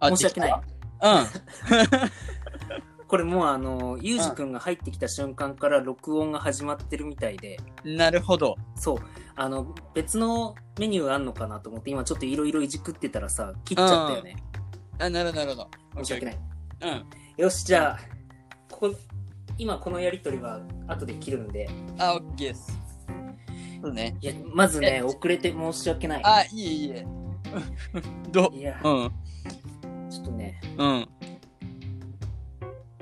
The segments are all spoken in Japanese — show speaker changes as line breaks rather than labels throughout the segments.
あ
申し訳ない
できたうん。
これもうあの、ゆうじくんが入ってきた瞬間から録音が始まってるみたいで、
なるほど。
そう、あの、別のメニューあんのかなと思って、今ちょっといろいろいじくってたらさ、切っちゃったよね。
あ、なるほど、なるほど。
申し訳ない。
い。うん。
よし、じゃあ、ここ、今このやりとりは後で切るんで、
あ、オッケーです。そうね。
いや、まずね、
え
遅れて申し訳ない。
あ、いえいえ。 ど
いや
う、ん。
ちょっとね、
うん。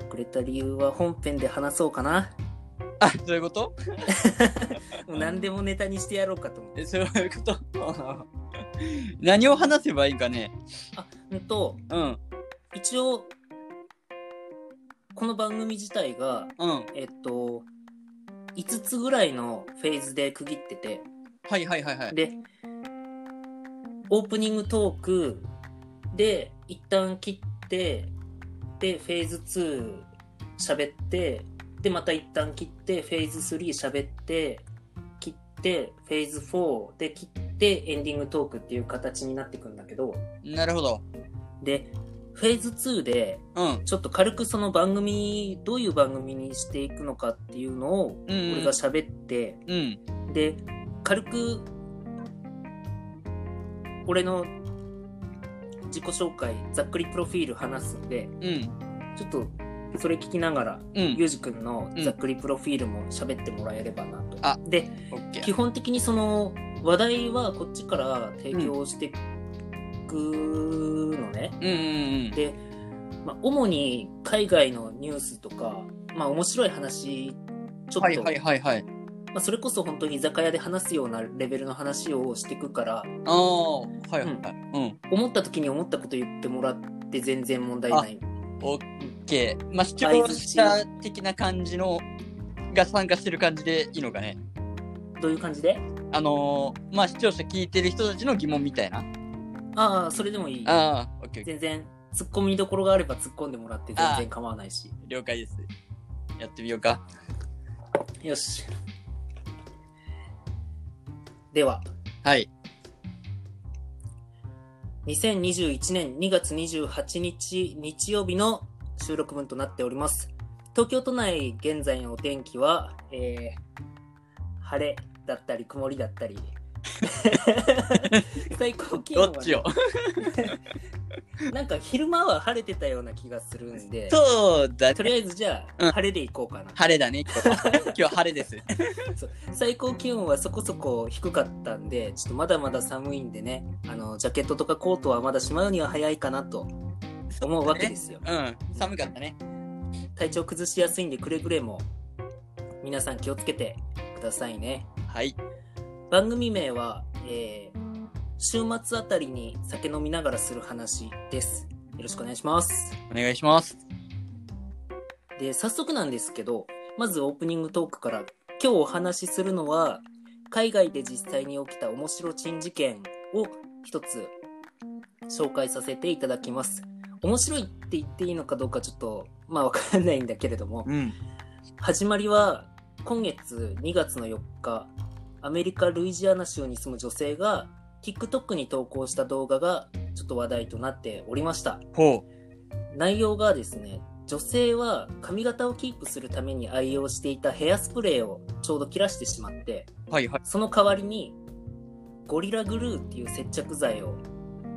遅れた理由は本編で話そうかな。
あ、そういうこと
もう何でもネタにしてやろうかと思って。
え、そういうこと 何を話せばいいかね。
あ、うんと、
うん。
一応、この番組自体が、
うん。
えっと、5つぐらいのフェーズで区切ってて、
はいはいはいはい。
で、オープニングトークで、一旦切って、で、フェーズ2喋って、で、また一旦切って、フェーズ3喋って、切って、フェーズ4で切って、エンディングトークっていう形になってくんだけど、
なるほど。
で、フェーズ2で、
うん。
ちょっと軽くその番組、どういう番組にしていくのかっていうのを、
うん
俺が喋って、
うん。
で、軽く、俺の自己紹介、ざっくりプロフィール話すんで、
うん。
ちょっとそれ聞きながら、
うん
ゆ。うじくんのざっくりプロフィールも喋ってもらえればなと。
あ
で、
オッケ
基
ー。
本的にその話題はこっちから提供していくのね。
うんうん
で、まあ、主に海外のニュースとか、まあ、面白い話、ち
う
ょ
ん。
っと、
はいはいはいはい。
まあ、それこそ本当に居酒屋で話すようなレベルの話をしていくから、
ああ、はいはいはい。
思った時に思ったこと言ってもらって全然問題ない。
うん。オッケー。まあ、視聴者的な感じの、が参加してる感じでいいのかね。
どういう感じで
あのー、まあ、視聴者聞いてる人たちの疑問みたいな。
ああ、それでもいい。
ああ、オッケーオッケ
全然、突っ込みどころがあれば突っ込んでもらって全然構わないし。
ー。了解です。やってみようか。
よし。では、
はい。
2021年2月28日日曜日の収録分となっております。東京都内現在のお天気は、えー、晴れだったり曇りだっ たり。最高気
ど
温はね、
っちを
なんか昼間は晴れてたような気がするんで、
そうだ
とりあえずじゃ
うん
あ晴れでいこうかな。
晴れだね、今日は。 今日は晴れです。
最高気温はそこそこ低かったんで、ちょっとまだまだ寒いんでね、あの、ジャケットとかコートはまだしまうには早いかなと思うわけですよ。
うん、寒かったね。
体調崩しやすいんでくれぐれも皆さん気をつけてくださいね
はい。
番組名は、えー週末あたりに酒飲みながらする話ですよろしくお願いします
お願いします。
で早速なんですけどまずオープニングトークから今日お話しするのは海外で実際に起きた面白珍事件を一つ紹介させていただきます面白いって言っていいのかどうかちょっとまあわからないんだけれども
うん。
始まりは今月2月の4日アメリカ・ルイジアナ州に住む女性が TikTok に投稿した動画がちょっと話題となっておりました
ほう。
内容がですね女性は髪型をキープするために愛用していたヘアスプレーをちょうど切らしてしまって
はいはい。
その代わりにゴリラグルーっていう接着剤を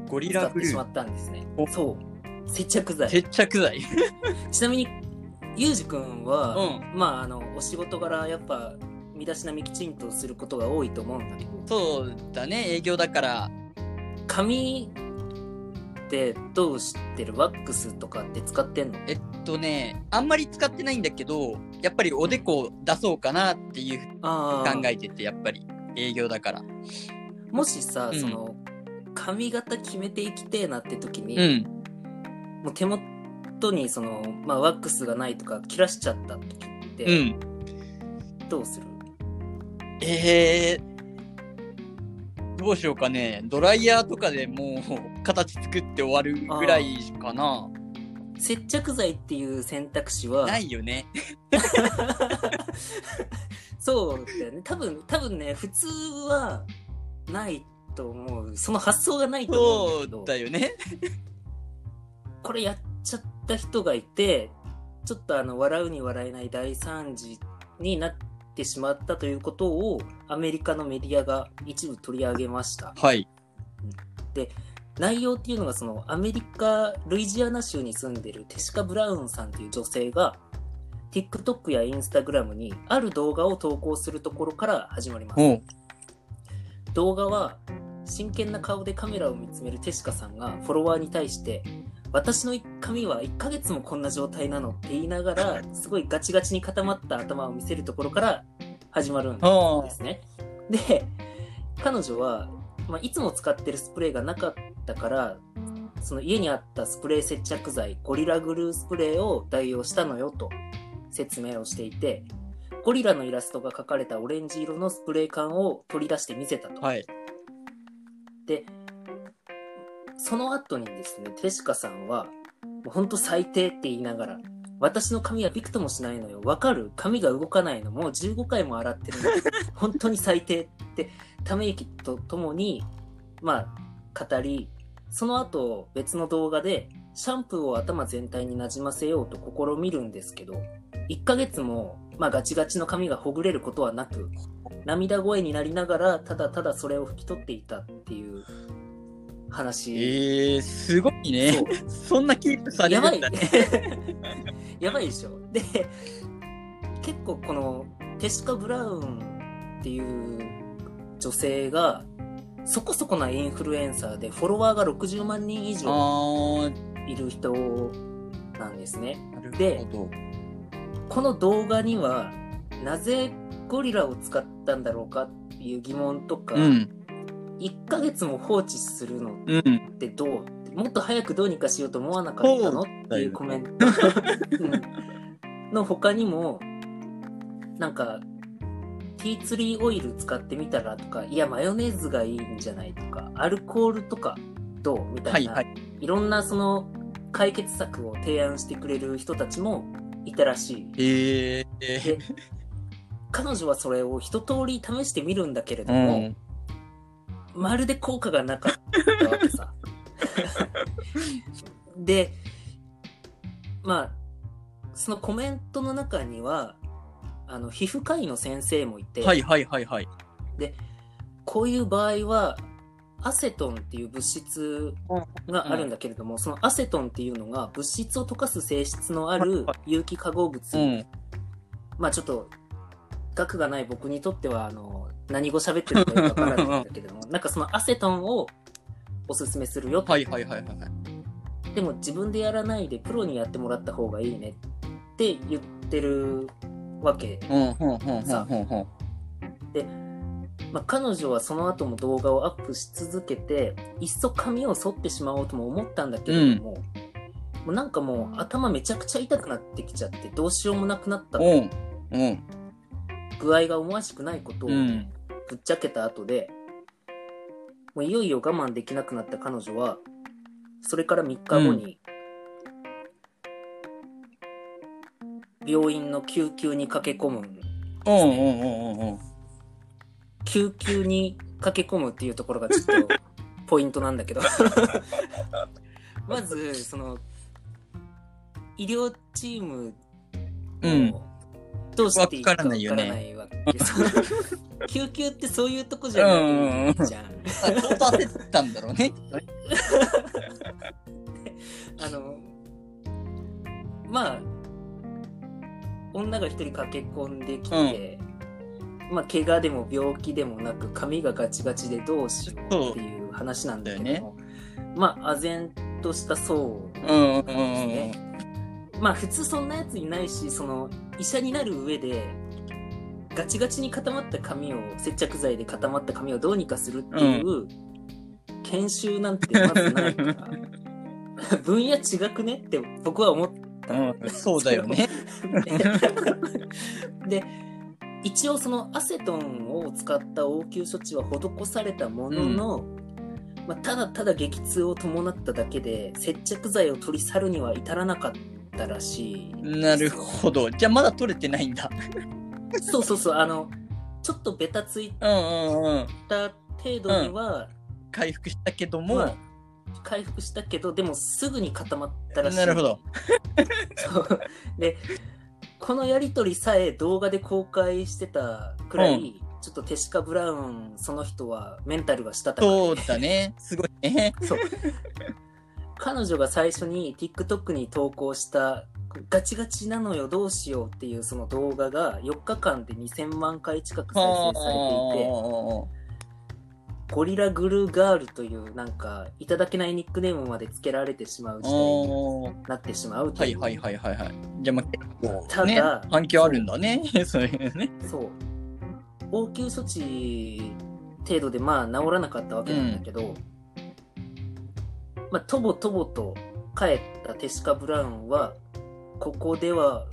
ゴリ
使
ラ
っ
グ
て
ル
しま
ー。
ったんですね
お
そう接着剤
接着剤。
ちなみにゆうじくんは、
うん。
まああのお仕事柄やっぱ身だしなみきちんとすることが多いと思うんだけど
そうだね、営業だから。
髪ってどうしてるワックスとかって使ってんの
えっとね、あんまり使ってないんだけど、やっぱりおでこを出そうかなっていう
あ
考
ー
えてて、やっぱり営業だから。
もしさ、
うん
その髪型決めていきてえなって時に、
うん。
もう手元にその、まあ、ワックスがないとか切らしちゃった時っ
う
て
ん。
どうする、
えー、どうしようかね。ドライヤーとかでもう形作って終わるぐらいかな。
接着剤っていう選択肢は
ないよね。
そうだよね多分多分ね普通はないと思うその発想がないと思う
そ
んだけど
うだよね。
これやっちゃった人がいて、ちょっとあの、笑うに笑えない大惨事になってしまったということを、アメリカのメディアが一部取り上げました。
はい。
内容っていうのが、その、アメリカ、ルイジアナ州に住んでるテシカ・ブラウンさんっていう女性が、TikTok や Instagram にある動画を投稿するところから始まります。
おう
動画は真剣な顔でカメラを見つめるテシカさんがフォロワーに対して私の髪は1ヶ月もこんな状態なのって言いながらすごいガチガチに固まった頭を見せるところから始まるんで
あ
すね。で彼女は、まあ、いつも使ってるスプレーがなかったからその家にあったスプレー接着剤ゴリラグルースプレーを代用したのよと説明をしていてゴリラのイラストが描かれたオレンジ色のスプレー缶を取り出して見せたと
あ。。はい。
でその後にですねテシカさんは「ほんと最低」って言いながら「私の髪はびくともしないのよわかる髪が動かないのもう15回も洗ってるの本当に最低」ってため息とともにまあ語りその後別の動画でシャンプーを頭全体になじませようと試みるんですけど1ヶ月も、まあ、ガチガチの髪がほぐれることはなく涙声になりながらただただそれを拭き取っていたっていう話
えー、すごいね。そんなキープされ
やば
る
い
んだね。
やばいでしょで結構このテシカ・ブラウンっていう女性がそこそこなインフルエンサーでフォロワーが60万人以上
ああ、
いる人なんですね
なる
で
ほど。
この動画にはなぜゴリラを使ったんだろうかっていう疑問とか、
うん。
1ヶ月も放置するの
うん。
ってどうもっと早くどうにかしようと思わなかったの
ほ
っていうコメントうんの他にもなんかティーツリーオイル使ってみたらとかいやマヨネーズがいいんじゃないとかアルコールとかどうみた
はいい
な、
はいい。
ろんなその解決策を提案してくれる人たちもいたらしい
えー
で彼女はそれを一通り試してみるんだけれど
う
も、
ん。
まるで効果がなかったわけ さ。で、まあ、そのコメントの中には、あの、皮膚科医の先生もいて、
はいはいはいはい。
こういう場合は、アセトンっていう物質があるんだけれども、そのアセトンっていうのが物質を溶かす性質のあ
はい
る
は
有機化合物、
うん。
まあちょっと、額がない僕にとっては、あの、何語喋ってるかよくわからないんだけれども、なんかそのアセトンをおすすめするよと
はいはいはいはい。
でも自分でやらないでプロにやってもらった方がいいねって言ってるわけ、
うん、ほんほんほんほんほん。
まあ、彼女はその後も動画をアップし続けていっそ髪を剃ってしまおうとも思ったんだけれども、もうなんかもう頭めちゃくちゃ痛くなってきちゃってどうしようもなくなった
うん。うん。
具合が思わしくないことを
うん。
ぶっちゃけた後で、もういよいよ我慢できなくなった彼女は、それから3日後に、病院の救急に駆け込む。
うんうんうんうんうん。
救急に駆け込むっていうところがちょっと ポイントなんだけど。まず、その、医療チーム
うん。
どうしていいかわからない
わからな
わけです。 救急ってそういうとこじゃないじゃん。
そうさせたんだろうね。
あの、まあ、女が一人駆け込んできて、まあ、怪我でも病気でもなく、髪がガチガチでどうしようっていう話なんだけど
そうだ
も、まあ、唖然とした層
うんうん
です
うんうん
ね。。まあ、普通そんなやついないし、その、医者になる上で、ガチガチに固まった髪を、接着剤で固まった髪をどうにかするっていう、研修なんてまずないから。 分野違くねって僕は思っ
うん、そうだよね。
て。 で、一応そのアセトンを使った応急処置は施されたものの、まあ、ただただ激痛を伴っただけで、接着剤を取り去るには至らなかったらしい。
なるほど。じゃあまだ取れてないんだ。
そうそうそう、あの、ちょっとベタつい
うんうんうん。
た程度には、
回復したけど
ま
も
あ、回復したけどでもすぐに固まったらしい
なるほど。
そう でこのやり取りさえ動画で公開してたくらい、
う
ちょっとテシカ・ブラウンその人はメンタルがしたたか
そうだね。すごいね。
そう彼女が最初に TikTok に投稿したガチガチなのよどうしようっていうその動画が4日間で2000万回近く再生されていて
は
ゴリラグルーガールというなんかいただけないニックネームまで付けられてしまう
あ
時代に
は
なってしまうと
い
いう
はいはいはいはい。じゃあまあ結構、
た
ね、
だ
反響あるんだね。 そういうね。
そう応急措置程度でまあ治らなかったわけなんだけど、まあとぼとぼと帰ったテシカ・ブラウンはここでは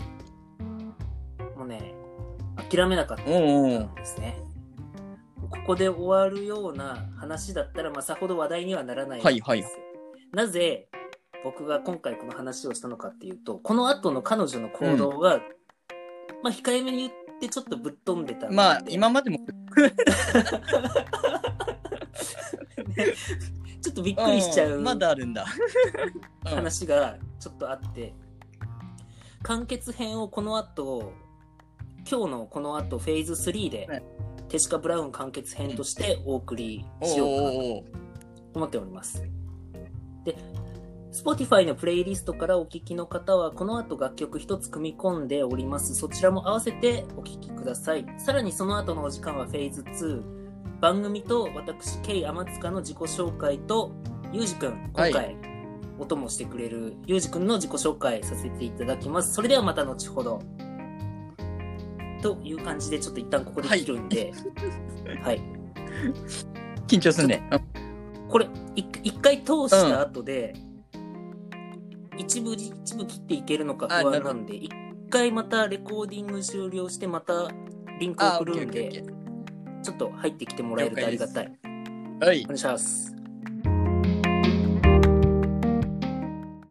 もうね諦めなかった
おうんうん
ん。ですねここで終わるような話だったらまあさほど話題にはならない
はいはい
わけですよなぜ僕が今回この話をしたのかっていうとこの後の彼女の行動が、まあ控えめに言ってちょっとぶっ飛んでたので
まあ、今までも、
ちょっとびっくりしちゃ
う
うん
まだあるんだ。うん
話がちょっとあって、完結編をこの後今日のこの後フェーズ3で、
はい
テシカ・ブラウン完結編としてお送り
お
し
ー
ようかなと
おーおー
思っております。で Spotify のプレイリストからお聴きの方はこの後楽曲1つ組み込んでおりますそちらも合わせてお聴きくださいさらにその後のお時間はフェーズ2番組と私 K 天塚の自己紹介とゆうじくん今回、
は
お供してくれるゆうじくんの自己紹介させていただきますそれではまた後ほどという感じでちょっと一旦ここで切るんで、はい、
緊張すんね。
これい一回通した後で、一部一部切っていけるのか
あ
不
なる
安な
ほど
んで一回またレコーディング終了してまたリンク
あ、
送
オッケーオ
るん
ッケーオッ
で
ケ
ちょっと入ってきてもらえるとありがたい
ー。はい
お。願いします